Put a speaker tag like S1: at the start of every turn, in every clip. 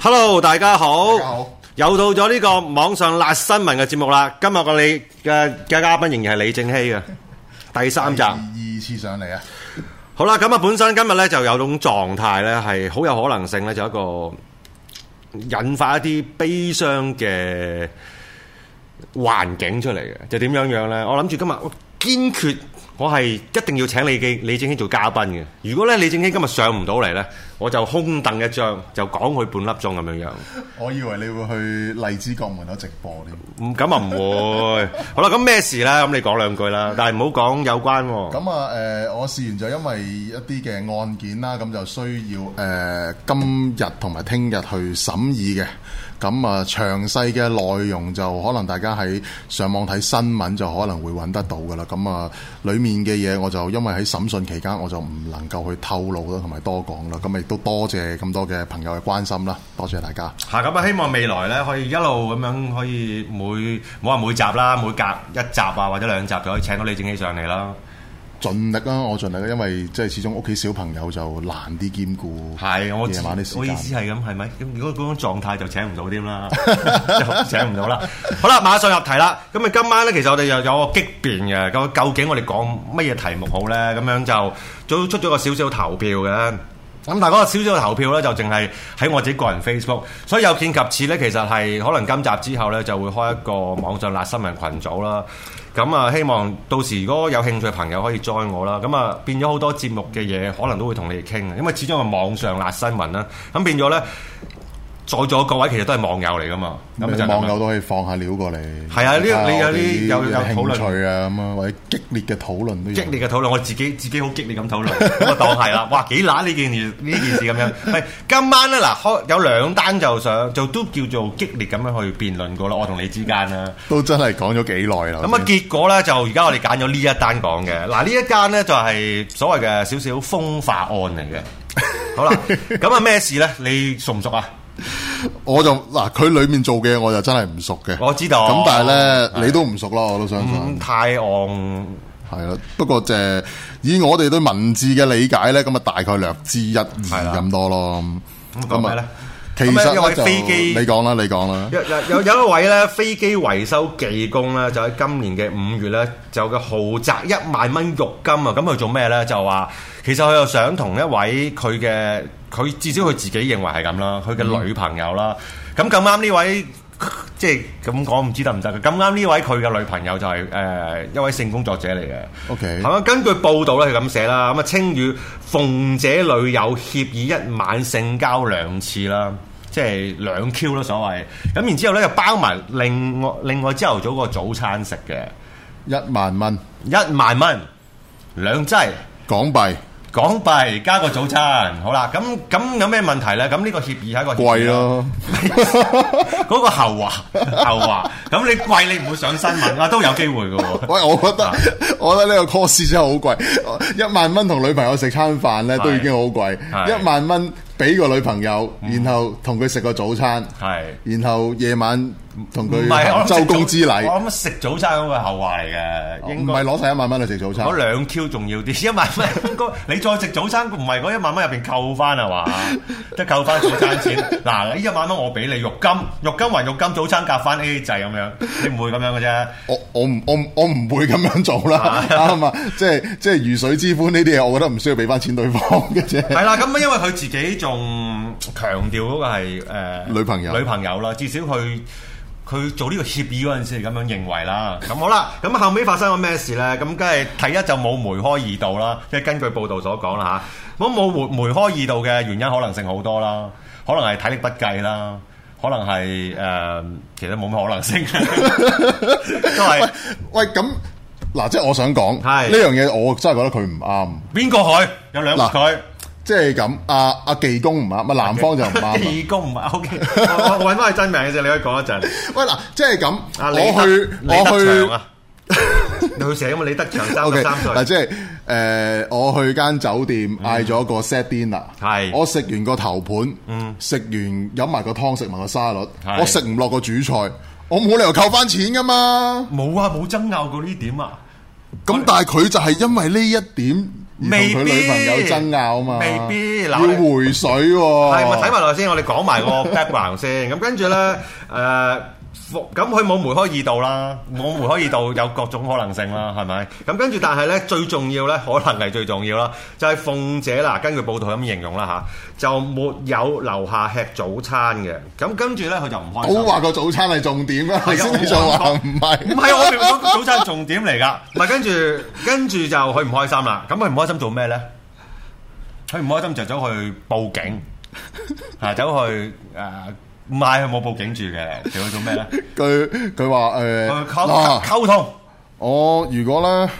S1: Hello，大家好，
S2: 大家好
S1: 又到咗呢個網上辣新聞嘅節目啦。今日我哋嘅嘅嘉賓仍然係李正熙嘅第三集。
S2: 二次上嚟啊！
S1: 好啦，咁啊，本身今日咧就有種狀態咧，係好有可能性咧，就一個引發一啲悲傷嘅環境出嚟嘅，就點樣樣咧？我諗住今日我堅決，我係一定要請李記李正熙做嘉賓嘅。如果咧李正熙今日上唔到嚟咧，我就空凳一張，就講佢半粒鐘咁樣樣。
S2: 我以為你會去荔枝角門口直播添，
S1: 唔咁啊唔會。 好啦，咁咩事啦？咁你講兩句啦，但係唔好講有關喎。
S2: 咁啊誒，我試完就因為一啲嘅案件啦，咁就需要誒、呃今日同埋聽日去審議嘅。咁啊，詳細嘅內容就可能大家喺上網睇新聞就可能會揾得到噶啦。咁啊，裡面嘅嘢我就因為喺審訊期間我就唔能夠去透露啦，同埋多講啦。咁亦都多謝咁多嘅朋友嘅關心啦，多謝大家。
S1: 嚇咁啊，希望未來咧可以一路咁樣可以每冇話每集啦，每隔一集啊或者兩集就可以請到李正熙上嚟啦。
S2: 盡力啦，我盡力啦，因為即係始終屋企小朋友就難啲兼顧。
S1: 係，我
S2: 夜晚啲時間
S1: 我意思係咁，係咪？咁如果嗰種狀態就請唔到添啦，就請唔到啦。好啦，馬上入題啦。咁啊，今晚咧其實我哋又有個激辯嘅，究究竟我哋講乜嘢題目好咧？咁樣就早出咗個少少投票 嘅。咁但係嗰個少少嘅投票咧，就淨係喺我自己個人 Facebook，所以有見及此咧，其實係可能今集之後咧就會開一個網上辣新聞群組啦。咁啊，希望到時如果有興趣嘅朋友可以 join 我啦。咁啊，變咗好多節目嘅嘢，可能都會同你哋傾嘅，啊因為始終係網上辣新聞啦。咁變咗咧，在座各位其實都係網友嚟噶嘛。咁啊就係咁啦
S2: 網友都可以放下料過嚟。
S1: 係啊呢
S2: 大家
S1: 你有
S2: 我哋
S1: 啲有有討論
S2: 興趣啊，咁啊，或者激烈嘅討論都有
S1: 激烈嘅討論，我自己自己好激烈咁討論，我當係啦，哇幾乸呢件事呢件事咁樣。喂，今晚咧嗱，開有兩單就想就都叫做激烈咁樣去辯論過啦，我同你之間啦。
S2: 都真係講咗幾耐啦。
S1: 咁啊，結果咧就而家我哋揀咗呢一單講嘅，嗱呢一間咧就係所謂嘅少少風化案嚟嘅。好啦，咁啊咩事咧？你熟唔熟啊？
S2: 我就嗱，佢裡面做嘅嘢我就真係唔熟嘅。
S1: 我知道
S2: 咁但係咧，你都唔熟啦，我都相信
S1: 咁太昂。
S2: 係啦。不過就係以我哋對文字嘅理解咧，咁啊大概略知一二
S1: 啦
S2: 咁多咯。
S1: 講咩咧
S2: 其
S1: 咁啊
S2: 實
S1: 因為
S2: 咧就
S1: 飛機
S2: 你講啦，你講啦。
S1: 有有有有一位咧飛機維修技工咧，就喺今年嘅五月咧，就有個豪宅一萬蚊肉金啊！咁佢做咩咧？就話其實佢又想同一位佢嘅佢至少佢自己認為係咁啦，佢嘅女朋友啦。咁咁啱呢位。即係咁講唔知得唔得嘅，咁啱呢位佢嘅女朋友就係、呃一位性工作者嚟嘅。
S2: OK
S1: 係嘛？根據報道咧，佢咁寫啦，咁啊稱與鳳姐女友協議一晚性交兩次啦，即係兩 Q 啦所謂。咁然之後咧就包埋另外另外朝頭早個早餐食嘅
S2: 一萬蚊
S1: 一萬蚊兩劑。
S2: 港幣
S1: 港幣加個早餐，好啦，咁咁有咩問題咧？咁呢個協議係一個協議啦
S2: 貴，咯。
S1: 嗰個後話後話，咁你貴你唔會上新聞啊，都有機會嘅喎。
S2: 喂，我覺
S1: 啊
S2: 得我覺得呢個 course 真係好貴，一萬蚊同女朋友食餐飯咧都已經好貴，
S1: 係嗯
S2: 一萬蚊俾個女朋友，然後同佢食個早餐，
S1: 係
S2: 然後夜晚同
S1: 唔
S2: 佢
S1: 係我諗
S2: 行周公之
S1: 食早
S2: 禮，哦
S1: 我諗食早餐嗰個係後話嚟嘅，
S2: 唔
S1: 應該
S2: 係攞晒一萬蚊去食早餐
S1: 嗰。兩 Q 重要啲，一萬 蚊應該你再食早餐，唔係嗰一萬蚊入邊扣翻係 嘛？即係扣翻早餐錢。嗱，呢一萬蚊我俾你肉金，肉金還肉金，早餐夾翻 A A 制咁樣，你唔會咁樣嘅啫。
S2: 我我唔我唔我唔會咁樣做啦，啱啊！即係即係魚水之歡呢啲嘢，我覺得唔需要俾翻錢對方嘅啫。
S1: 係啦，咁因為佢自己仲強調嗰個係誒
S2: 女朋友
S1: 女朋友啦，至少佢。佢做呢個協議嗰陣時係咁樣認為啦，咁好啦，咁後尾發生咗咩事咧？咁梗係第一就冇梅開二度啦，即係根據報道所講啦嚇。咁冇梅梅開二度嘅原因可能性好多啦，可能係體力不繼啦，可能係誒、其實冇乜可能 性，都係
S2: 喂，咁嗱，即係我想講
S1: 係
S2: 呢樣嘢，我真係覺得佢唔啱。
S1: 邊個佢有兩個
S2: 嗱
S1: 佢。
S2: 即係咁，阿阿技工唔啱，咪南方就唔 啱啊。
S1: 技工唔係 OK，我我揾翻佢真名嘅啫，你可以講一陣。
S2: 喂嗱，即係咁，
S1: 啊，李
S2: 我
S1: 德
S2: 去
S1: 李
S2: 我
S1: 德
S2: 去
S1: 祥。 啊，你去寫咁啊？李德祥三
S2: O
S1: 十
S2: K，
S1: 三
S2: 嗱
S1: 歲，嗯
S2: 即係誒，我去間酒店嗌咗個 set dinner，
S1: 係嗯
S2: 我食完個頭盤，食完飲埋個湯，食埋個沙律，
S1: 係
S2: 我食唔落個主菜，我冇理由扣翻錢噶嘛。
S1: 冇啊，冇爭拗過呢點啊，
S2: 咁但係佢就係因為呢一點而同佢女朋友爭拗啊嘛，
S1: 未必嗱
S2: 要回水喎。
S1: 係咪睇埋落先？我哋講埋個 background 先，咁跟住咧 誒。服咁佢冇梅開二度啦，冇梅開二度有各種可能性啦，係咪？咁跟住，但係咧最重要咧，可能係最重要啦，就係、鳳姐啦，根據報道咁形容啦吓，就沒有留下吃早餐嘅。咁跟住咧，佢就唔開心。
S2: 都話個早餐係重點啦，
S1: 係
S2: 頭
S1: 啊
S2: 先你就話唔
S1: 唔
S2: 係。
S1: 係我哋早早餐重點嚟噶，唔係跟住跟住就佢唔開心啦。咁佢唔開心做咩咧？佢唔開心就走去報警，啊走去誒唔係佢冇報警住嘅，佢去做咩咧？
S2: 佢佢話誒
S1: 佢
S2: 嗱
S1: 溝溝通，
S2: 我如果咧，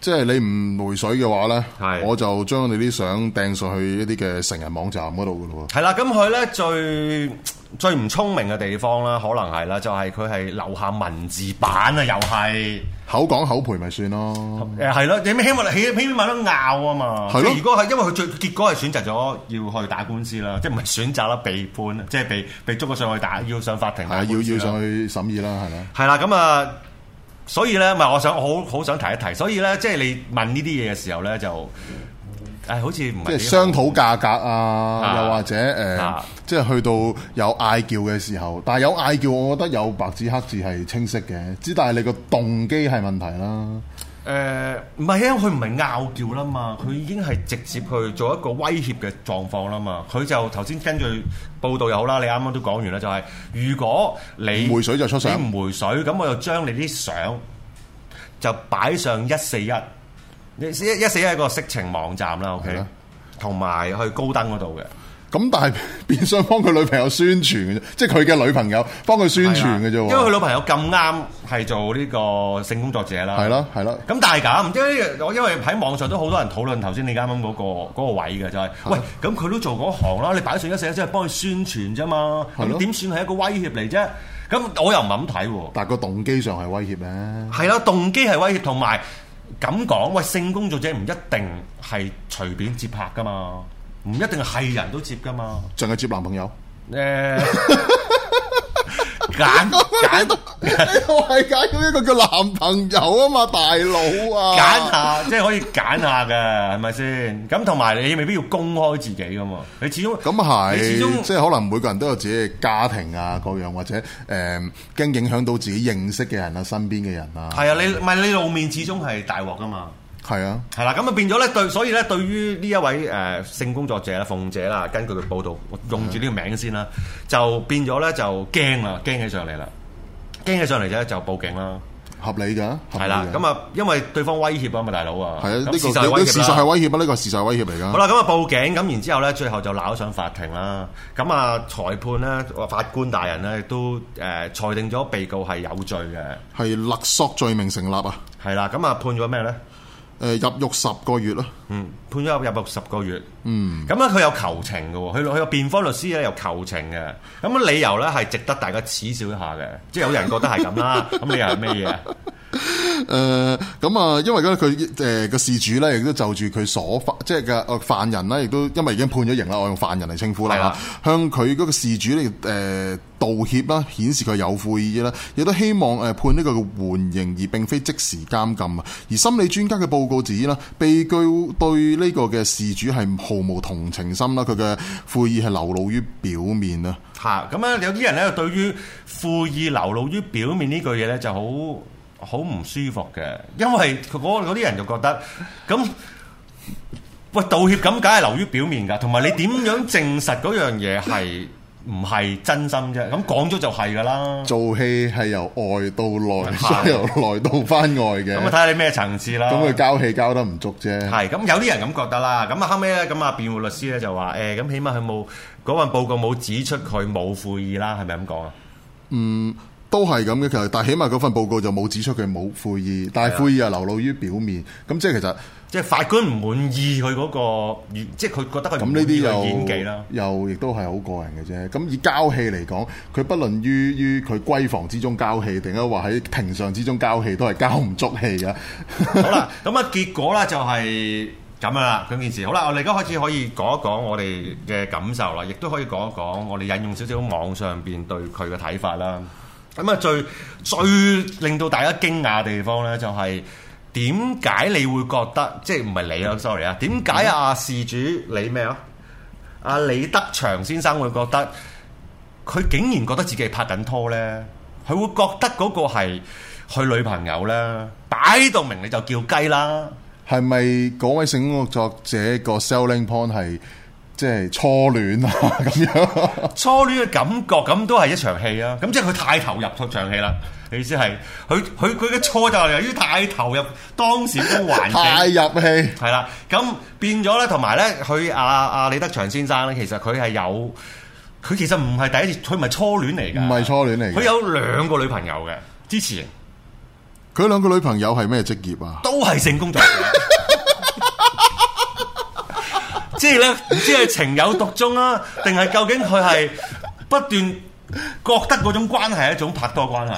S2: 即係你唔回水嘅話咧，
S1: 係
S2: 我就將你啲相掟上去一啲嘅成人網站嗰度噶咯喎。
S1: 係啦。咁佢咧最最唔聰明嘅地方啦，可能係啦，就係佢係留下文字版啊，又係。
S2: 口講口賠咪算咯。
S1: 哦誒係咯，你咪希望起起碼都拗啊嘛。
S2: 係咯
S1: 即如果係因為佢最結果係選擇咗要去打官司啦，即係唔係選擇啦，被判即係被被捉咗上去打，要上法庭
S2: 係
S1: 打
S2: 啊，
S1: 官司啦
S2: 要要上去審議啦，係咪？
S1: 係啦，咁啊，所以咧，咪我想好好想提一提，所以咧，即係你問呢啲嘢嘅時候咧，就誒好似唔係
S2: 即係
S1: 幾好
S2: 商討價格啊，又或者誒
S1: 啊，
S2: 即係去到有嗌叫嘅時候，但係有嗌叫，我覺得有白紙黑字係清晰嘅，只但係你個動機係問題啦。
S1: Ờ, 誒唔係啊，佢唔係拗撬啦嘛，佢已經係直接去做一個威脅嘅狀況啦嘛。佢就頭先根據報道又好啦，你啱啱都講完啦，就係、如果你
S2: 唔回水就出相
S1: 你唔回水咁我就將你啲相就擺上一四一，一一四一係一個色情網站啦
S2: 係
S1: ，OK
S2: 啦。
S1: 同埋去高登嗰度嘅，
S2: 咁但係 變相幫佢女朋友宣傳嘅啫，即係佢嘅女朋友幫佢宣傳嘅啫
S1: 啊因為佢
S2: 喎。
S1: 女朋友咁啱係做呢個性工作者啦，
S2: 係啦，係啦。
S1: 咁但係咁，因為我因為喺網上都好多人討論頭先你啱啱嗰個嗰個位嘅，就係、喂，咁佢都做嗰行啦，你擺上一寫即係幫佢宣傳啫嘛，
S2: 係咯
S1: 咁點算係一個威脅嚟啫？咁我又唔係咁睇喎，
S2: 但個動機上係威脅咧。
S1: 係啦，動機係威脅，同埋咁講，喂，性工作者唔一定係隨便接客噶嘛，唔一定係人都接噶嘛，
S2: 淨係接男朋友，
S1: 誒、 揀揀
S2: 我係解咗一個叫男朋友啊嘛，大佬
S1: 揀
S2: 啊！
S1: 下，即係可以揀下嘅，係咪先？咁同埋你未必要公開自己噶嘛，你始終
S2: 咁係
S1: 你始終，
S2: 即係可能每個人都有自己嘅家庭啊，各樣或者誒、驚影響到自己認識嘅人啊，身邊嘅人啊，
S1: 係啊，你唔係你露面始終係大鑊噶嘛。
S2: 係啊，
S1: 係啦，咁啊變咗咧對，所以咧對於呢一位誒、呃性工作者啦、鳳姐啦，根據佢報道，我用住呢個名先啦，就變咗咧就驚啦，驚起上嚟啦，驚起上嚟啫就報警啦，
S2: 合理㗎，合
S1: 係
S2: 理
S1: 啦，
S2: 㗎
S1: 咁啊因為對方威脅啊嘛，大佬啊，
S2: 係啊，呢個
S1: 咁事實係威
S2: 呢事
S1: 脅
S2: 實
S1: 啦
S2: 係威脅啊，呢個係事實係威脅嚟
S1: 好
S2: 㗎。
S1: 啦，咁啊報警，咁然之後咧，最後就鬧上法庭啦。咁啊裁判咧，法官大人咧都誒、呃裁定咗被告係有罪嘅，
S2: 係勒索罪名成立啊！
S1: 係啦。咁啊判咗咩咧？
S2: 誒、呃入獄十個月啦，
S1: 嗯，判咗入獄十個月。嗯，咁咧佢有求情嘅喎，佢佢個辯方律師咧有求情嘅。咁啊理由咧係值得大家恥笑一下嘅，即係有人覺得係咁啦。咁你又係咩嘢啊？
S2: 誒咁啊，因為咧佢誒個事主咧，亦都就住佢所犯，即係嘅呃犯人咧，亦都因為已經判咗刑啦，我用犯人嚟稱呼
S1: 係
S2: 啦
S1: 啦，
S2: 向佢嗰個事主咧誒、道歉啦，顯示佢有悔意啦，亦都希望誒判呢個緩刑，而並非即時監禁啊。而心理專家嘅報告指啦，被告對呢個嘅事主係毫無同情心啦，佢嘅悔意係流露於表面啊。
S1: 嚇咁啊！有啲人咧對於富意流露於表面呢句嘢咧就好好唔舒服嘅，因為佢嗰嗰啲人就覺得咁喂道歉咁，梗係流於表面㗎，同埋你點樣證實嗰樣嘢係唔係真心啫？咁講咗就係㗎啦。
S2: 做戲係由外到內，
S1: 係
S2: 所以 由內到翻外嘅。
S1: 咁啊，睇下你咩層次啦。
S2: 咁佢交氣交得唔足啫。
S1: 係咁有啲人咁覺得啦，咁啊後尾咧，咁啊辯護律師咧就話誒，咁、起碼佢冇嗰份報告冇指出佢冇悔意啦，係咪咁講啊？
S2: 都係咁嘅，其實，但係起碼嗰份報告就冇指出佢冇悔意，但係悔意係流露於表面。咁即係其實
S1: 即係法官唔滿意佢嗰、個演，即係佢覺得佢
S2: 咁
S1: 唔
S2: 呢
S1: 滿意
S2: 啲
S1: 佢演技啦
S2: 又。又亦都係好個人嘅啫。咁以交戲嚟講，佢不論於於佢閨房之中交戲，定係話喺庭上之中交戲，都係交唔足戲 嘅。
S1: 好啦， 咁啊結果啦就係咁樣啦，咁件事。好啦，我哋而家開始可以講一講我哋嘅感受啦，亦都可以講一講我哋引用少少網上邊對佢嘅睇法啦。咁啊最最令到大家驚訝嘅地方咧，就係點解你會覺得即係唔係你啊？sorry 啊，點解啊事主你咩啊？阿李德祥先生會覺得佢竟然覺得自己係拍緊拖呢，佢會覺得嗰個係佢女朋友啦，擺到明你就叫雞啦。
S2: 係咪嗰位醒目作者個 selling point 係即係初戀啊 咁樣？
S1: 初戀嘅感覺咁都係一場戲啊！咁即係佢太投入出場戲啦。你意思係佢佢佢嘅錯就係由於太投入當時嗰個環境
S2: 太。入戲。
S1: 係啦，咁變咗咧，同埋咧，佢阿阿李德祥先生咧，其實佢係有，佢其實唔係第一次，佢唔係初戀嚟㗎，
S2: 唔係初戀嚟㗎
S1: 佢有兩個女朋友嘅，之前
S2: 佢兩個女朋友係咩職 業啊？
S1: 都係性工作者，即係咧，唔知係情有獨鍾啊，定係究竟佢係不斷覺得嗰種關係係一種拍拖關係，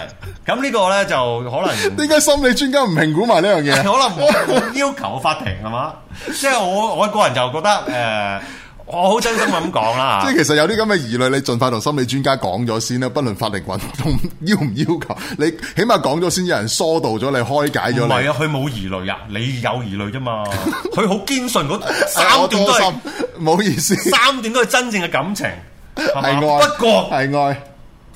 S1: 咁呢個咧就可 能。
S2: 點解心理專家唔評估埋呢樣嘢
S1: 可？能冇要求法庭係嘛？即係我我個人就覺得誒、呃我好真心咁講啦
S2: 即係其實有啲咁嘅疑慮，你盡快同心理專家講咗先啦，不論法律運動要唔要求，你起碼講咗先，有人疏導咗你，開解
S1: 唔
S2: 咗你。
S1: 係啊，佢冇疑慮啊，你有疑慮啫 嘛。佢好堅信嗰
S2: 啊我
S1: 三段都
S2: 多
S1: 係
S2: 心，唔好意思，係
S1: 三段都係真正嘅感情，係
S2: 愛，
S1: 嘛？不過
S2: 係愛，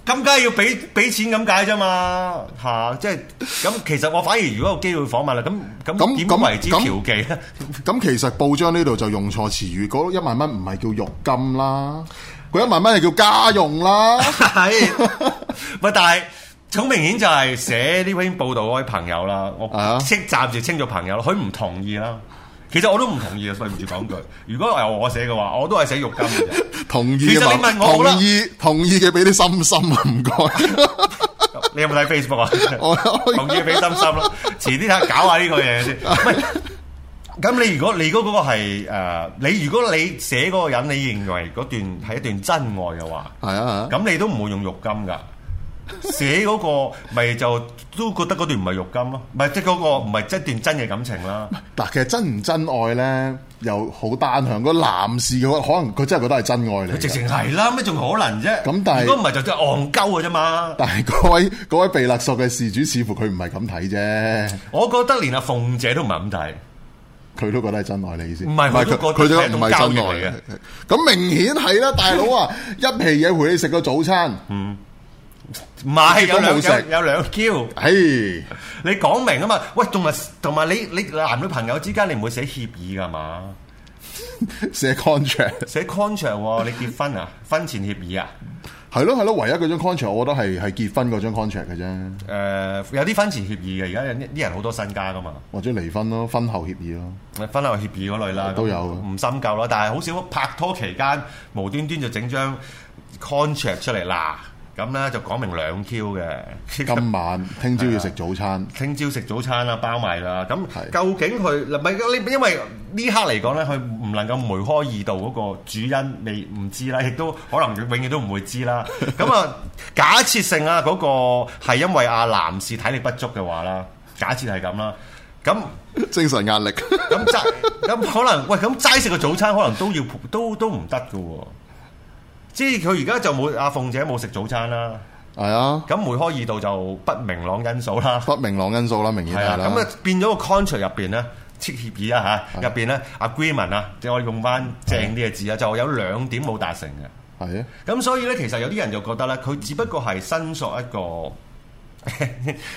S1: 咁梗係要俾俾錢咁解啫嘛，嚇、即係咁。其實我反而如果有機會訪問啦，咁咁
S2: 咁
S1: 點
S2: 咁
S1: 為之啊
S2: 咁
S1: 調技 咧？
S2: 咁其實報章呢度就用錯詞語，嗰一萬蚊唔係叫肉金啦，嗰一萬蚊係叫家用 啦。
S1: 係，喂，但係好明顯就係寫呢篇報道嗰位朋友啦，
S2: 係啊
S1: 我識暫時稱做朋友啦，佢唔同意啦。其實我都唔同意啊，對唔住講句，如果由我寫嘅話，我都係寫浴巾嘅啫。
S2: 同意
S1: 其
S2: 嘅
S1: 實你
S2: 嘛
S1: 問我好啦
S2: 同意同意嘅俾啲心心啊，唔該。
S1: 你有冇睇 Facebook à? 啊？
S2: 我我
S1: 同意俾心心啦，遲啲睇下搞下呢個嘢先。喂咁你如果你嗰個係誒，你如果你寫嗰個人，你認為嗰段係一段真愛嘅話，
S2: 係啊，係啊
S1: 咁你都唔會用浴巾噶。寫嗰、個咪就都覺得嗰段唔係浴巾咯，咪即係嗰個唔係即係一段真嘅感情啦。
S2: 嗱，其實真唔真愛咧，又好單向。個男士嘅話，可能佢真係覺得係真愛嚟
S1: 佢直
S2: 嘅。
S1: 情係啦，咩仲可能啫？
S2: 咁但係
S1: 如果唔係就真係戇鳩嘅啫嘛。
S2: 但係嗰位嗰位被勒索嘅事主，似乎佢唔係咁睇啫，
S1: 我覺得連阿鳳姐都唔係咁睇。
S2: 佢都覺得係真愛你先。
S1: 唔係佢都
S2: 佢
S1: 覺得
S2: 佢都
S1: 係一
S2: 唔
S1: 種
S2: 係
S1: 交易
S2: 真
S1: 嚟
S2: 愛
S1: 嘅
S2: 嘅。咁明顯係啦，大 佬啊，一皮嘢陪你食個早餐，
S1: 嗯唔係有兩
S2: 都冇食
S1: 有有兩 Q，
S2: 嘿，
S1: 你講明啊嘛。喂，同埋同埋你你男女朋友之間，你唔會寫協議㗎嘛？
S2: 寫 contract
S1: 寫 contract 喎，你結婚啊？婚前協議啊？
S2: 係咯係咯，唯一嗰張 contract，我覺得係係結婚嗰張 contract 嘅啫，
S1: 誒、有啲婚前協議嘅，而家有啲啲人好多身家㗎嘛。
S2: 或者離婚咯，婚後協議咯。
S1: 婚後協議嗰類啦，
S2: 都有
S1: 唔深究啦，但係好少拍拖期間無端端就整張 contract 出嚟啦，咁咧就講明兩 Q 嘅。
S2: 今晚聽朝要食 早餐，
S1: 聽朝食早餐啦，包埋啦。咁
S2: 係
S1: 究竟佢嗱，唔係因為呢刻嚟講咧，佢唔能夠梅開二度嗰個主因，你唔知啦，亦都可能永遠都唔會知啦。咁啊，假設性啊，嗰個係因為阿男士體力不足嘅話啦，假設係咁啦，咁
S2: 精神壓力。
S1: 咁齋 咁可能喂咁齋食個早餐可能都要都都唔得噶喎，即係佢而家就冇阿鳳姐冇食早餐啦，
S2: 係啊，
S1: 咁梅開二度就不明朗因素啦。
S2: 不明朗因素啦，明顯
S1: 係啊，
S2: 係啦。
S1: 咁啊變咗個 contract 入邊咧，簽協議啊嚇，入邊咧 agreement 啊，即係我用翻正啲嘅字啊，就有兩點冇達成嘅。
S2: 係啊，
S1: 咁所以咧，其實有啲人就覺得咧，佢只不過係申索一個。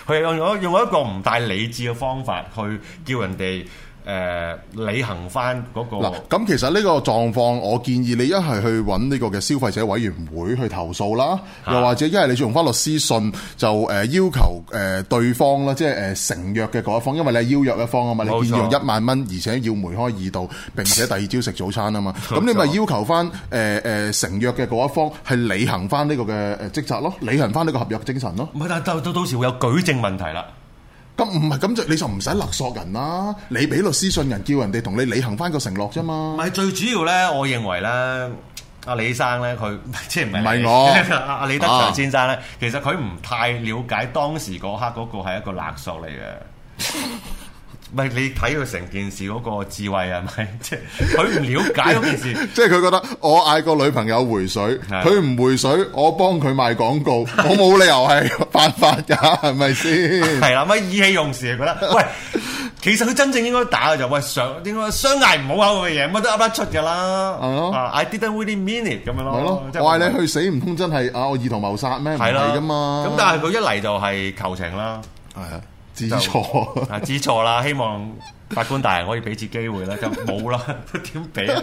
S1: 佢用咗用咗一個唔帶理智嘅方法去叫人哋誒、呃履行翻嗰、
S2: 嗱
S1: 個，
S2: 咁其實呢個狀況，我建議你一係去揾呢個嘅消費者委員會去投訴啦，
S1: 嚇
S2: 又或者一係你用翻律師信就誒、呃要求誒、呃、對方啦，即係誒、呃承約嘅嗰一方，因為你係邀約一方啊嘛，你
S1: 冇錯
S2: 建議用一萬蚊，而且要梅開二度，並且第二朝食早餐 啊嘛，咁你咪要求翻誒誒承約嘅嗰一方係履行翻呢個嘅誒呃職責咯，履行翻呢個合約精神咯。
S1: 唔係，但到到到時會有舉證問題啦。
S2: 咁唔係咁就你就唔使勒索人啦，你俾律師信人叫人哋同你履行翻個承諾啫嘛
S1: 唔。係最主要咧，我認為咧，阿李生咧，佢 即係唔係
S2: 唔係
S1: 你
S2: 我
S1: 阿阿李德
S2: 啊
S1: 祥先生咧，其實佢唔太了解當時嗰刻嗰個係一個勒索嚟嘅。 唔係你睇佢成件事嗰個智慧係咪？ 即係佢唔了解嗰件 事。
S2: 即係佢覺得我嗌個女朋友回水，
S1: 係
S2: 佢唔回水，我幫佢賣廣告，我冇理由係 犯法㗎，係 咪先？
S1: 係啦，咪意氣用事，覺得喂，其實佢真正應該打嘅就喂上應該相嗌唔好口嘅嘢，乜都噏得出㗎啦。
S2: 係咯
S1: 啊，I didn't really mean it 咁樣咯。
S2: 係咯，
S1: 即係
S2: 我嗌你去死唔通真係啊！我意圖謀殺咩？唔
S1: 係
S2: 係
S1: 啦
S2: 㗎嘛。
S1: 咁但係佢一嚟就係求情啦。
S2: 係啊，知錯
S1: 啊，知錯啦，希望法官大人可以俾次機會啦，就冇啦， 點俾啊？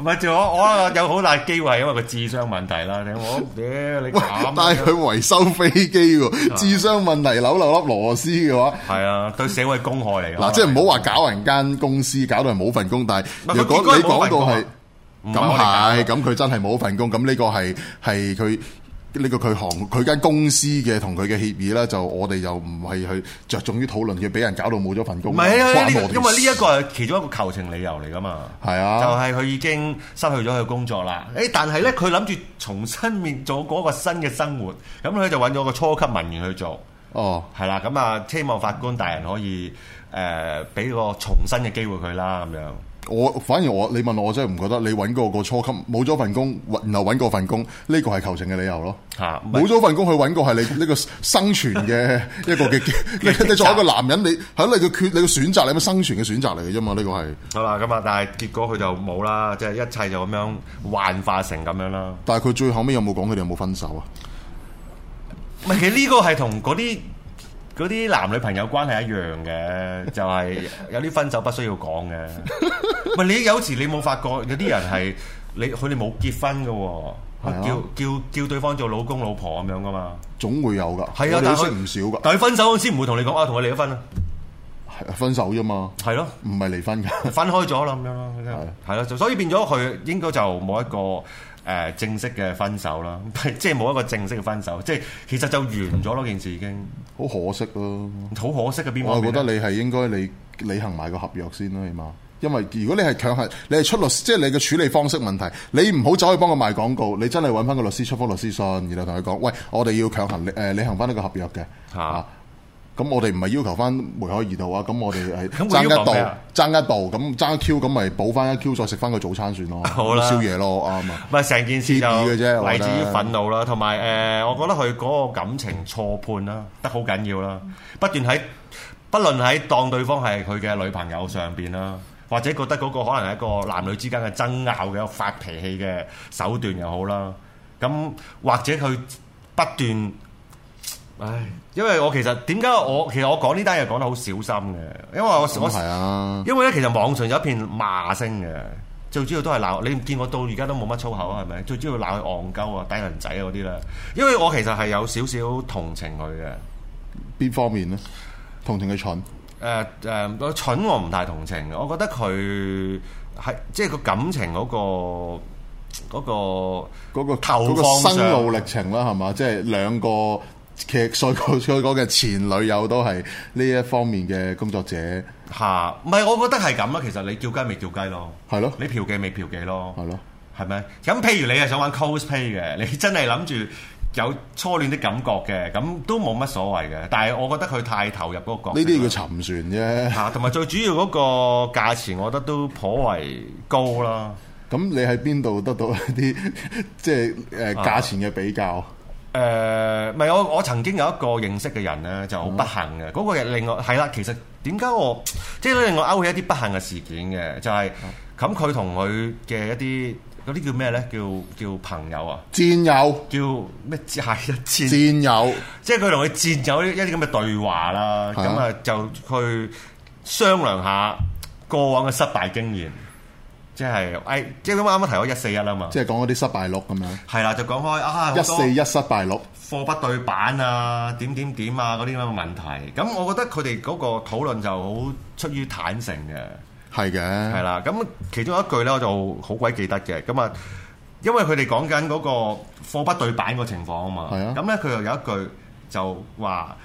S1: 唔係，仲有我我有好大機會係因為個智商問題啦。你我屌你
S2: 喂
S1: 咁，啊
S2: 但係佢
S1: 樣，
S2: 維修飛 機喎，智商問題扭漏粒螺絲嘅話。
S1: 係啊，對社會公害嚟㗎。
S2: 嗱，即係唔好話搞人間公司，搞到人冇份工，但係
S1: 唔係
S2: 若果
S1: 佢結
S2: 你
S1: 果係
S2: 講
S1: 冇份工
S2: 到
S1: 啊
S2: 係。
S1: 唔係
S2: 咁
S1: 我哋
S2: 係，
S1: 搞
S2: 咁佢真係冇份工，咁呢個係係佢呢個佢行佢間公司嘅同佢嘅協議啦，就我哋又唔係去着重於討論佢俾人搞到冇咗份工，
S1: 唔係啊，
S2: 關
S1: 呢個
S2: 我哋
S1: 因為呢
S2: 事
S1: 一個係其中一個求情理由嚟㗎嘛。
S2: 係
S1: 就
S2: 啊，
S1: 係佢已經失去咗佢工作啦。誒，但係咧，佢諗住重新面做嗰個新嘅生活，咁佢就揾咗個初級文員去做。
S2: 哦，
S1: 係啦，咁啊，希望法官大人可以誒俾、個重新嘅機會佢啦，咁樣。
S2: 我反而我你問我，我真係唔覺得你揾過個初級冇咗份工，然後揾過份工，呢個係求情嘅理由咯。
S1: 嚇唔係
S2: 冇咗份工去揾個係你呢個生存 嘅一個嘅，你你作為一個男人，你喺你嘅決你嘅選擇，你嘅生存嘅選擇嚟嘅啫嘛，呢個係。
S1: 好啦，咁啊，但係結果佢就冇啦，即係一切就咁樣幻化成咁樣啦。
S2: 但係佢最後尾有冇講佢哋有冇分手啊？
S1: 唔係，其實呢個係同嗰啲嗰啲男女朋友關係一樣嘅， 就係、有啲分手不需要講嘅。唔係你有時你冇發覺有啲人係你佢哋冇結婚嘅喎。
S2: 係啊
S1: 叫叫叫對方做老公老婆咁樣噶嘛，
S2: 總會有噶，
S1: 係啊
S2: 我，哋
S1: 但
S2: 都
S1: 係
S2: 識唔少
S1: 佢
S2: 噶，
S1: 但係佢分手嗰陣時唔會同你講啊，同我離咗婚啊，
S2: 係分手啫嘛，
S1: 係咯。
S2: 唔係離婚噶。
S1: 分開咗啦，咁樣咯，係咯，就所以變咗佢應該就冇一個誒、呃正式嘅分手啦， 即係冇一個正式嘅分手，即係其實就完咗咯，件事已經
S2: 好可惜咯。
S1: 好可惜嘅啊邊
S2: 我
S1: 方
S2: 係覺
S1: 面
S2: 得
S1: 呢。
S2: 你係應該你履行埋個合約先啦，起碼。因為如果你係強行，你係出律，即係你嘅處理方式問題，你唔好走去幫佢賣廣告，你真係揾翻個律師出封律師信，然後同佢講，喂，我哋要強行誒、呃履行翻呢個合約嘅
S1: 嚇
S2: 啊咁我哋唔係要求翻梅開二度啊，咁我哋係
S1: 咁會
S2: 爭
S1: 要
S2: 一
S1: 求
S2: 度
S1: 咩啊，
S2: 爭一度，咁爭一 Q，咁咪補翻一 Q，再食翻個早餐算咯，
S1: 好啦
S2: 宵夜咯，啱 啊。
S1: 唔係成件事就
S2: 貼議嘅啫我
S1: 嚟
S2: 覺得
S1: 自於憤怒啦，同埋誒，呃我覺得佢嗰個感情錯判啦，得好緊要啦，不斷喺不論喺當對方係佢嘅女朋友上邊啦，或者覺得嗰個可能係一個男女之間嘅爭拗嘅一個發脾氣嘅手段又好啦，咁或者佢不斷。唉，因為我其實點解我其實我講呢單嘢講得好小心嘅，因為我我
S2: 咁係啊，
S1: 因為咧，其實網上有一片罵聲嘅，最主要都係鬧你唔見我到而家都冇乜粗口啊，係咪？最主要鬧佢戇鳩啊、低能仔啊嗰啲啦。因為我其實係有少少同情佢嘅，誒、
S2: 邊方面呢？同情佢蠢。
S1: 誒、我蠢我唔太同情嘅，我覺得佢係即係個感情嗰、個嗰、個。
S2: 嗰、個
S1: 投
S2: 嗰個
S1: 放上
S2: 生路歷程啦，係嘛？即係兩個其實所講 所講嘅前女友都係呢一方面嘅工作者，
S1: 嚇，唔係我覺得係咁啊啦。其實你叫雞未叫雞咯，
S2: 係咯
S1: 你嫖妓未嫖妓咯，
S2: 係咯。
S1: 係咪？咁譬如你係想玩 cosplay 嘅，你真係諗住有初戀的感覺嘅，咁都冇乜所謂嘅。但係我覺得佢太投入嗰個角色
S2: 呢
S1: 啦。
S2: 啲 叫沉船啫。
S1: 嚇，同埋最主要嗰個價錢，我覺得都頗為高啦。
S2: 咁你喺邊度得到一啲 即係誒
S1: 啊
S2: 價錢嘅比較？嗯
S1: 誒，唔係我我曾經有一個認識嘅人咧，就好不幸
S2: 嗯
S1: 嘅。嗰、個人令我係啦，其實點解我即係都令我勾起一啲不幸嘅事件嘅，就係
S2: 嗯
S1: 咁佢同佢嘅一啲嗰啲叫咩咧？叫叫朋友啊，
S2: 戰友，
S1: 叫咩？ 係一千。
S2: 戰友，
S1: 即係佢同佢戰友一啲咁嘅對話啦，
S2: 係
S1: 咁
S2: 啊
S1: 啊就去商量下過往嘅失敗經驗，即係誒、哎即係咁啱啱提咗一四一啊嘛，
S2: 即係講嗰啲失敗錄咁樣，
S1: 係啦，就講開啊，
S2: 一四一失敗錄。
S1: 貨不對版啊，點點點啊嗰啲咁嘅問題，咁我覺得佢哋嗰個討論就好出於坦誠嘅，
S2: 係
S1: 係
S2: 嘅，
S1: 啦，咁其中一句咧我就好鬼記得嘅，咁啊，因為佢哋講緊嗰個貨不對版個情況啊嘛，
S2: 係啊
S1: 咁咧佢又有一句就話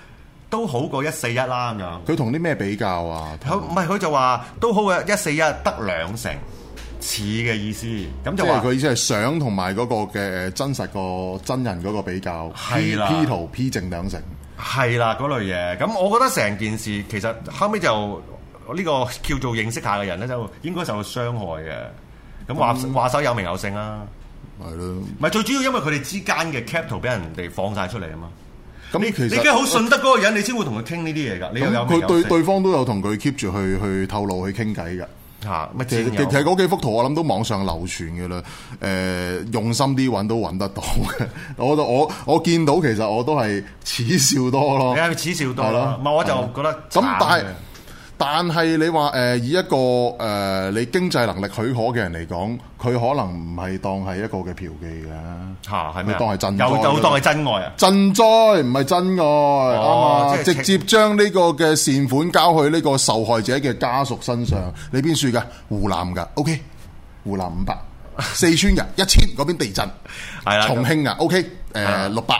S1: 都好過一四一啦咁樣，
S2: 佢同啲咩比較啊？
S1: 佢唔係佢就話都好過一四一得兩成似嘅意思，咁
S2: 即
S1: 就
S2: 係
S1: 話
S2: 佢意思係相同埋嗰個嘅誒真實個真人嗰個比較，P
S1: 係啦
S2: P 圖 P 正兩成，
S1: 係啦嗰類嘢，咁我覺得成件事其實後尾就呢個叫做認識下嘅人咧就應該受到傷害嘅，咁話
S2: 嗯
S1: 話手有名有姓啊啦。
S2: 係咯。
S1: 唔係最主要，因為佢哋之間嘅 cap 圖俾人哋放晒出嚟啊嘛。你
S2: 咁其
S1: 你梗係
S2: 實
S1: 好信得嗰個人，你先會同佢傾呢啲嘢㗎。你又有
S2: 咁
S1: 名
S2: 佢
S1: 有
S2: 對
S1: 姓
S2: 對方都有同佢 keep 住去去透露去傾偈㗎。
S1: 嚇乜
S2: 其實
S1: 戰
S2: 其其實
S1: 友
S2: 嗰幾幅圖我諗都網上流傳嘅啦，誒、用心啲揾都揾得到嘅。我就我我見到其實我都係恥笑多咯
S1: 你。啊係咪恥笑多
S2: 係
S1: 啦
S2: 咯？
S1: 唔係我就覺得
S2: 咁但係
S1: 係
S2: 但係你話誒、以一個誒、你經濟能力許可嘅人嚟講，佢可能唔係當係一個嘅嫖妓嘅。
S1: 嚇係咩啊？
S2: 佢當係真
S1: 又
S2: 愛
S1: 又
S2: 啦
S1: 當係真愛啊！
S2: 賑災唔係真愛，
S1: 哦
S2: 啱啊！
S1: 即係
S2: 直接將呢個嘅善款交去呢個受害者嘅家屬身上。你邊處㗎？湖南㗎，OK，湖南五百，四川㗎一千，嗰邊地震，
S1: 係啦
S2: 重
S1: 咁
S2: 慶㗎，OK，
S1: 啊
S2: 誒六百。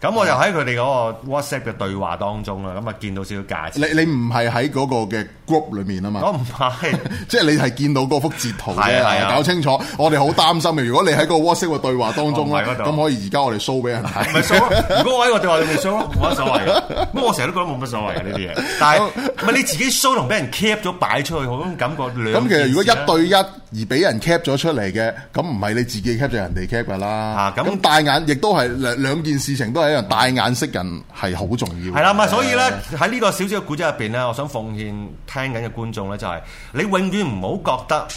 S1: 咁我就
S2: 啊
S1: 喺佢哋嗰個 WhatsApp 嘅對話當中啦，咁啊見到少少價
S2: 你
S1: 錢。
S2: 你唔係喺嗰個嘅 group 裏面啊嘛
S1: 我。唔係
S2: 即係你係見到嗰幅截圖
S1: 係
S2: 啫，
S1: 啊係啊
S2: 搞清楚。我哋好擔心嘅。如果你喺個 WhatsApp 嘅對話當
S1: 哦我
S2: 中
S1: 唔
S2: 咧，
S1: 喺嗰度
S2: 咁可以而家我哋 show 俾人
S1: 唔係啊
S2: 睇。
S1: 衰咯？如果我喺個對話裏面衰咯，冇乜所謂嘅。不過我成日都覺得冇乜所謂嘅啊呢啲嘢。但係唔係你自己 show 同俾人 cap 咗擺出去，嗰種感覺兩
S2: 咁其實如果
S1: 件事啦啊
S2: 一對一而俾人 cap 咗出嚟嘅，咁唔係你自己 cap 就人哋 cap 噶啦
S1: 啊。咁
S2: 咁大眼亦都係兩兩件事情都係一樣，大眼識人係好重要。
S1: 係啦，咁啊，所以咧喺呢個小小嘅古仔入邊咧，我想奉獻聽緊嘅觀眾咧，就係、你永遠唔好覺得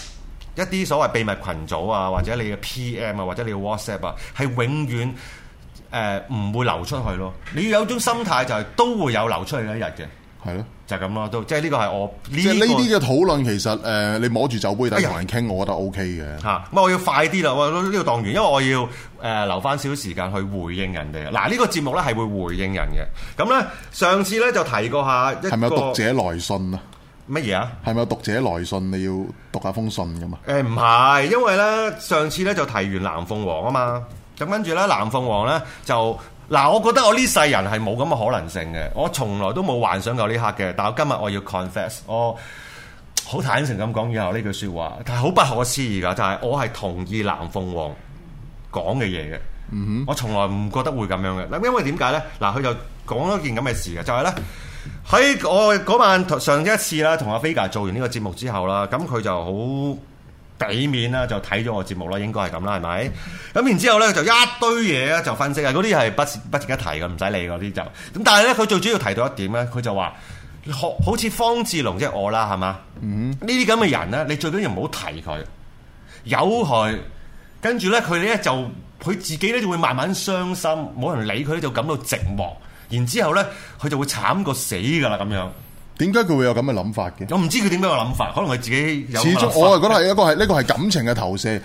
S1: 一啲所謂秘密群組啊，或者你嘅 PM 啊，或者你嘅 WhatsApp 啊，係永遠誒唔、會流出去咯。你要有一種心態就係、都會有流出去嘅一日嘅，
S2: 係咯。
S1: 就係咁咯。都即係呢個係我呢、
S2: 即係呢
S1: 個
S2: 啲嘅討論，其實誒、呃你摸住酒杯底
S1: 哎呀
S2: 同人傾，我覺得 O K 嘅。
S1: 嚇，咁我要快啲啦！我呢個當完，因為我要誒、呃留翻少少時間去回應人哋。嗱，呢、個節目咧係會回應人嘅。咁咧上次咧就提過下一個
S2: 係咪有讀者來信啊？
S1: 乜嘢啊？
S2: 係咪有讀者來信？你要讀下封信噶嘛？
S1: 誒唔係，因為咧上次咧就提完藍鳳凰啊嘛，咁跟住咧藍鳳凰咧就嗱，我覺得我呢世人係冇咁嘅可能性嘅，我從來都冇幻想過呢刻嘅，但我今日我要 confess，我好坦誠咁講以後呢句説話，但係好不可思議㗎，就係、我係同意藍鳳凰講嘅嘢嘅。我從來唔覺得會咁樣嘅。嗱，因為點解咧？嗱，佢就講咗件咁嘅事嘅，就係咧喺我嗰晚上一次啦，同阿 Vega 做完呢個節目之後啦，咁佢就好俾面啦，就睇咗我節目啦，應該係咁啦，係咪？咁然之後咧就一堆嘢就分析啊，嗰啲係不值不值一提嘅，唔使理嗰啲就。咁但係咧，佢最主要提到一點咧，佢就話。好好似方志龍即係我啦，係嘛？
S2: 嗯
S1: 呢啲咁嘅人咧，你最緊要唔好提佢。有佢，跟住咧佢咧就佢自己咧就會慢慢傷心，冇人理佢咧就感到寂寞，然之後咧佢就會慘過死㗎啦咁樣。
S2: 點解佢會有咁嘅諗法嘅？
S1: 我唔知佢點樣嘅諗法，可能佢自己有
S2: 始
S1: 咁嘅諗
S2: 終
S1: 法
S2: 我係覺得係一個係呢個係感情嘅投射。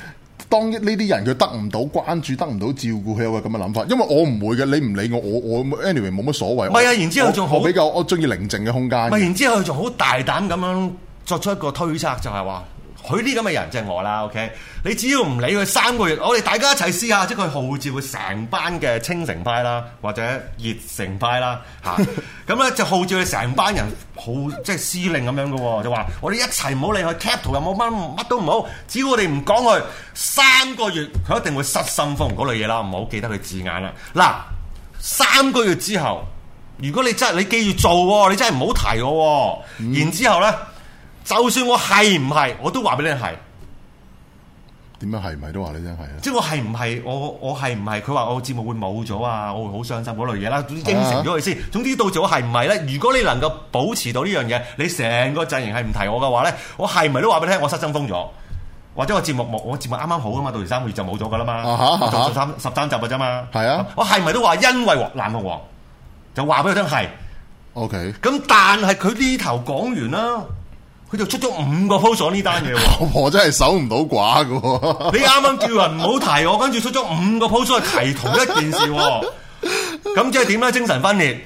S2: 當呢啲人佢得唔到關注，得唔到照顧，佢有個咁嘅諗法。因為我唔會嘅，你唔理我，我我 anyway 冇乜所謂。
S1: 唔係啊
S2: 我
S1: 然之後
S2: 我
S1: 仲好
S2: 我比較我中意寧靜嘅空間
S1: 唔。係，然之後佢仲好大膽咁樣作出一個推測，就係話佢呢咁嘅人即係我啦，OK？你只要唔理佢三個月，我哋大家一齊試下，即係佢號召佢成班嘅清城派啦， 或者熱城派啦，嚇咁咧就號召佢成班人好即係司令咁樣嘅喎，就話我哋一齊唔好理佢 cap 圖又冇乜乜都唔好，只要我哋唔講佢三個月，佢一定會失心瘋嗰類嘢啦，唔好記得佢字眼啦。嗱。三個月之後，如果你真係你記住做喎，你真係唔好提我喎。
S2: 嗯
S1: 然之後呢，就算我係唔係，我都話俾你聽係。
S2: 點樣係唔係都話你真係啊？
S1: 即係我係唔係我我係唔係佢話我節目會冇咗啊？我會好傷心嗰類嘢啦，總之應承咗佢
S2: 啊
S1: 先。總之到時我係唔係咧？如果你能夠保持到呢樣嘢，你成個陣營係唔提我嘅話咧，我係咪都話俾你聽我失真風咗？或者我節目冇，我節目啱啱好啊嘛，到時三個月就冇咗噶啦嘛，
S2: 啊哈啊哈
S1: 我做十三十三集嘅啫嘛。
S2: 係啊
S1: 我係咪都話因為南紅王就話俾佢聽係？
S2: O K，
S1: 咁但係佢呢頭講完啦，佢就出咗五個 post 咗呢單嘢喎。
S2: 老婆真係守唔到寡嘅喎。
S1: 你啱啱叫人唔好提我，跟住出咗五個 post 去提同一件事喎，咁即係點咧？精神分裂，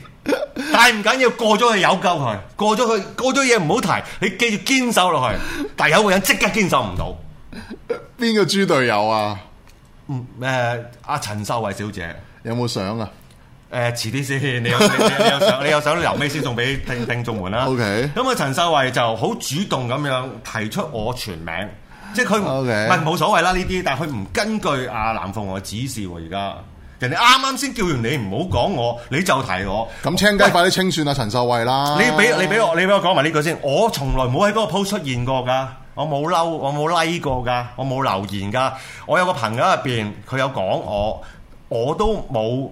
S1: 但係唔緊要，過咗去有救佢，過咗去過咗嘢唔好提，你記住堅守落去。但係有個人即刻堅守唔到，
S2: 邊個豬隊友啊？
S1: 嗯誒阿陳秀慧小姐。
S2: 有冇相啊？
S1: 誒、遲啲先，你 有你你有想你有想留尾先送俾聽聽眾們啦。
S2: OK
S1: 咁啊，陳秀慧就好主動咁樣提出我全名，即係佢唔
S2: OK
S1: 唔係冇所謂啦呢啲，但係佢唔根據阿藍鳳娥指示喎而家。人哋啱啱先叫完你唔好講我，你就提我。
S2: 咁青雞快啲清算啊，陳秀慧啦！
S1: 你俾你俾我你俾我講埋呢句先，我從來冇喺嗰個 post 出現過㗎，我冇嬲，我冇 like 過㗎，我冇留言㗎。我有個朋友入邊，佢有講我，我都冇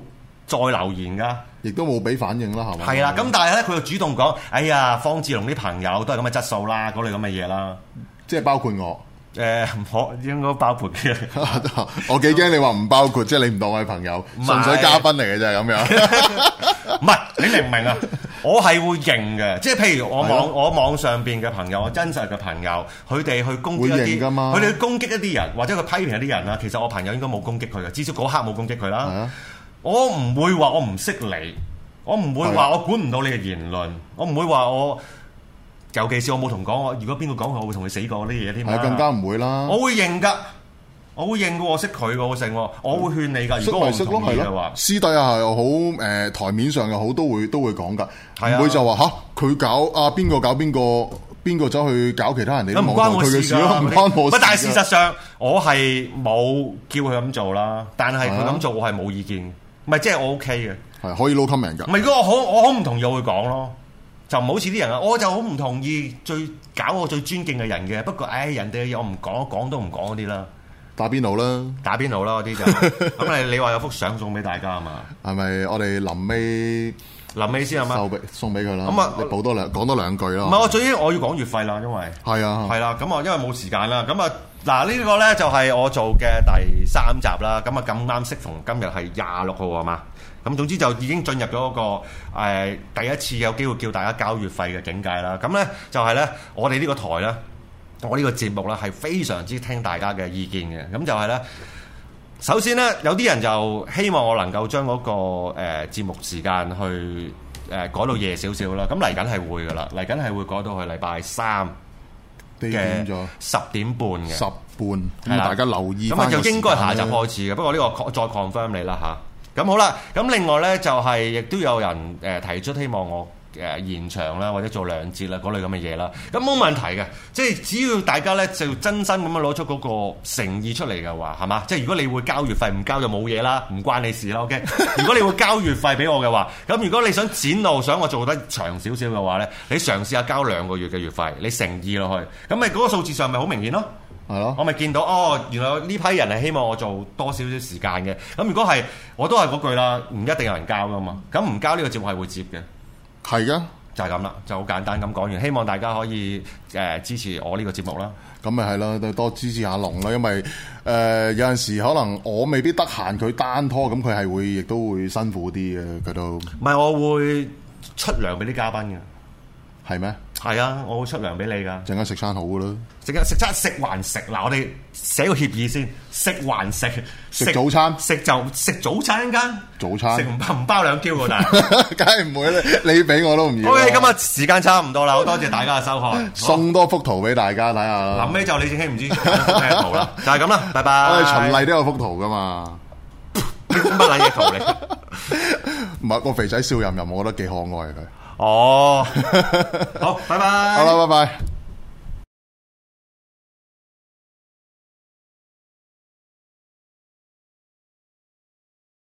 S1: 再留言㗎。
S2: 亦都冇俾反應啦，係咪？
S1: 係啦，咁但係咧，佢就主動講：哎呀，方志龍啲朋友都係咁嘅質素啦，嗰類咁嘅嘢啦。
S2: 即係包括我。
S1: 誒、唔可應該包括嘅。
S2: 我幾驚你話唔包括，即係你唔當我係朋友，
S1: 唔係
S2: 純粹嘉賓嚟嘅啫咁 樣。
S1: 唔係，你明唔明啊？我係會認嘅，即係譬如我
S2: 係咯
S1: 網我網上邊嘅朋友，我真實嘅朋友，佢哋去攻擊
S2: 會
S1: 一
S2: 認㗎
S1: 啲，
S2: 嘛
S1: 佢哋去攻擊一啲人，或者佢批評一啲人啊啦。其實我朋友應該冇攻擊佢嘅，至少嗰刻冇攻擊佢
S2: 係
S1: 啦
S2: 啊。
S1: 我唔會話我唔識你，我唔會
S2: 係啊
S1: 話我管唔到你嘅言論，我唔會話我。尤其是我冇同講我，如果邊個講佢，我會同佢死過呢啲嘢添啦
S2: 係啊更加唔會啦。
S1: 我會認噶，我會認噶，我識佢噶，我成喎，我會勸你噶。如
S2: 識
S1: 果我
S2: 咪
S1: 唔
S2: 嗯識咯，
S1: 同
S2: 係
S1: 意嘅
S2: 咯
S1: 話，，
S2: 私底下又好，誒、台面上又好，都會都會講噶，
S1: 係啊
S2: 唔會就話吓佢搞啊邊個搞邊個，邊個走去搞其他人哋
S1: 咁
S2: 都
S1: 唔
S2: 冇
S1: 關我
S2: 佢嘅
S1: 事
S2: 事
S1: 㗎
S2: 咯，唔關我事
S1: 喂
S2: 㗎。
S1: 但係事實上，我係冇叫佢咁做啦，但係佢
S2: 係啊
S1: 咁做，我係冇意見，唔係即係我 OK 嘅。
S2: 係可以撈 comment 㗎
S1: 唔。係，如果我好，我好唔同意，我會講咯。就唔好似啲人啊，我就好唔同意最搞我最尊敬嘅人嘅。不過，唉，人哋嘅嘢我唔講，講都唔講嗰啲啦。
S2: 打邊爐啦，
S1: 打邊爐啦，嗰啲 就咁你你話有幅相送俾大家啊嘛？
S2: 係咪我哋臨尾
S1: 臨尾先係啊嘛？
S2: 收俾送俾佢啦？
S1: 咁啊
S2: 你補多兩講多兩句
S1: 唔係，
S2: 啦。
S1: 我最緊我要講月費啦，因為。
S2: 係啊，
S1: 係啦，咁啊，因為冇時間啦，咁啊，嗱呢個呢就係我做嘅第三集啦，咁啊咁啱適逢今日係廿六號係嘛，咁總之就已經進入咗嗰個、呃、第一次有機會叫大家交月費嘅境界啦，咁呢就係呢，我哋呢個台呢，我呢個節目呢係非常之聽大家嘅意見嘅，咁就係呢。首先呢，有啲人就希望我能夠將嗰、個誒、呃、節目時間去誒、呃改到夜少少啦，咁嚟緊係會噶啦，嚟緊係會改到去禮拜三。
S2: 地
S1: 嘅
S2: 點咗
S1: 十點半嘅，
S2: 十半，
S1: 係
S2: 咁
S1: 啦
S2: 大家留意
S1: 咁啊
S2: 翻
S1: 就
S2: 個時間啦。
S1: 應該下集開始嘅。不過呢個 co- 再 confirm 你啦吓，咁好啦，咁另外呢，就係、亦都有人誒、呃提出希望我。誒延長啦，或者做兩節啦，嗰類咁嘅嘢啦，咁冇問題嘅，即係只要大家呢，就真心咁樣攞出嗰個誠意出嚟嘅話，係嘛？即係如果你會交月費，唔交就冇嘢 啦，唔關你事啦，OK？如果你會交月費俾我嘅話，咁如果你想展露，想我做得長少少嘅話呢，你嘗試下交兩個月嘅月費，你誠意落去，咁咪嗰個數字上咪好明顯咯。
S2: 係咯。
S1: 我咪見到哦，原來呢批人係希望我做多少少時間嘅。咁如果係，我都係嗰句啦，唔一定有人交噶嘛。咁唔交呢個節目係會接嘅，
S2: 係噶，
S1: 就係咁啦，就好簡單咁講完。希望大家可以誒、呃支持我呢個節目啦。
S2: 咁咪係啦，都多支持下龍啦，因為誒、呃有陣時可能我未必得閒，佢單拖咁佢係會亦都會辛苦啲嘅，佢都
S1: 唔係我會出糧俾啲嘉賓嘅，
S2: 係咩？
S1: 係啊，我會出糧俾你㗎。
S2: 陣間食餐好嘅啦，
S1: 食啊食餐食還食嗱，我哋寫個協議先，食還食，
S2: 食早餐
S1: 食就食早餐間，
S2: 早餐
S1: 食唔包唔包兩嬌㗎，但 係。
S2: 梗係唔會啦，你俾我都唔要啦。
S1: OK，今日 時間差唔多啦，好多謝大家嘅收看。
S2: 送多幅圖俾大家睇下
S1: 臨
S2: 啦，
S1: 尾就李正熙唔知做咩圖啦，就係咁啦，拜拜。
S2: 啊我哋循例都有幅圖噶嘛，
S1: 乜撚嘢圖嚟？
S2: 唔係個肥仔笑吟吟，我覺得幾可愛啊佢。
S1: 哦，好，拜拜。
S2: 好啦，拜拜。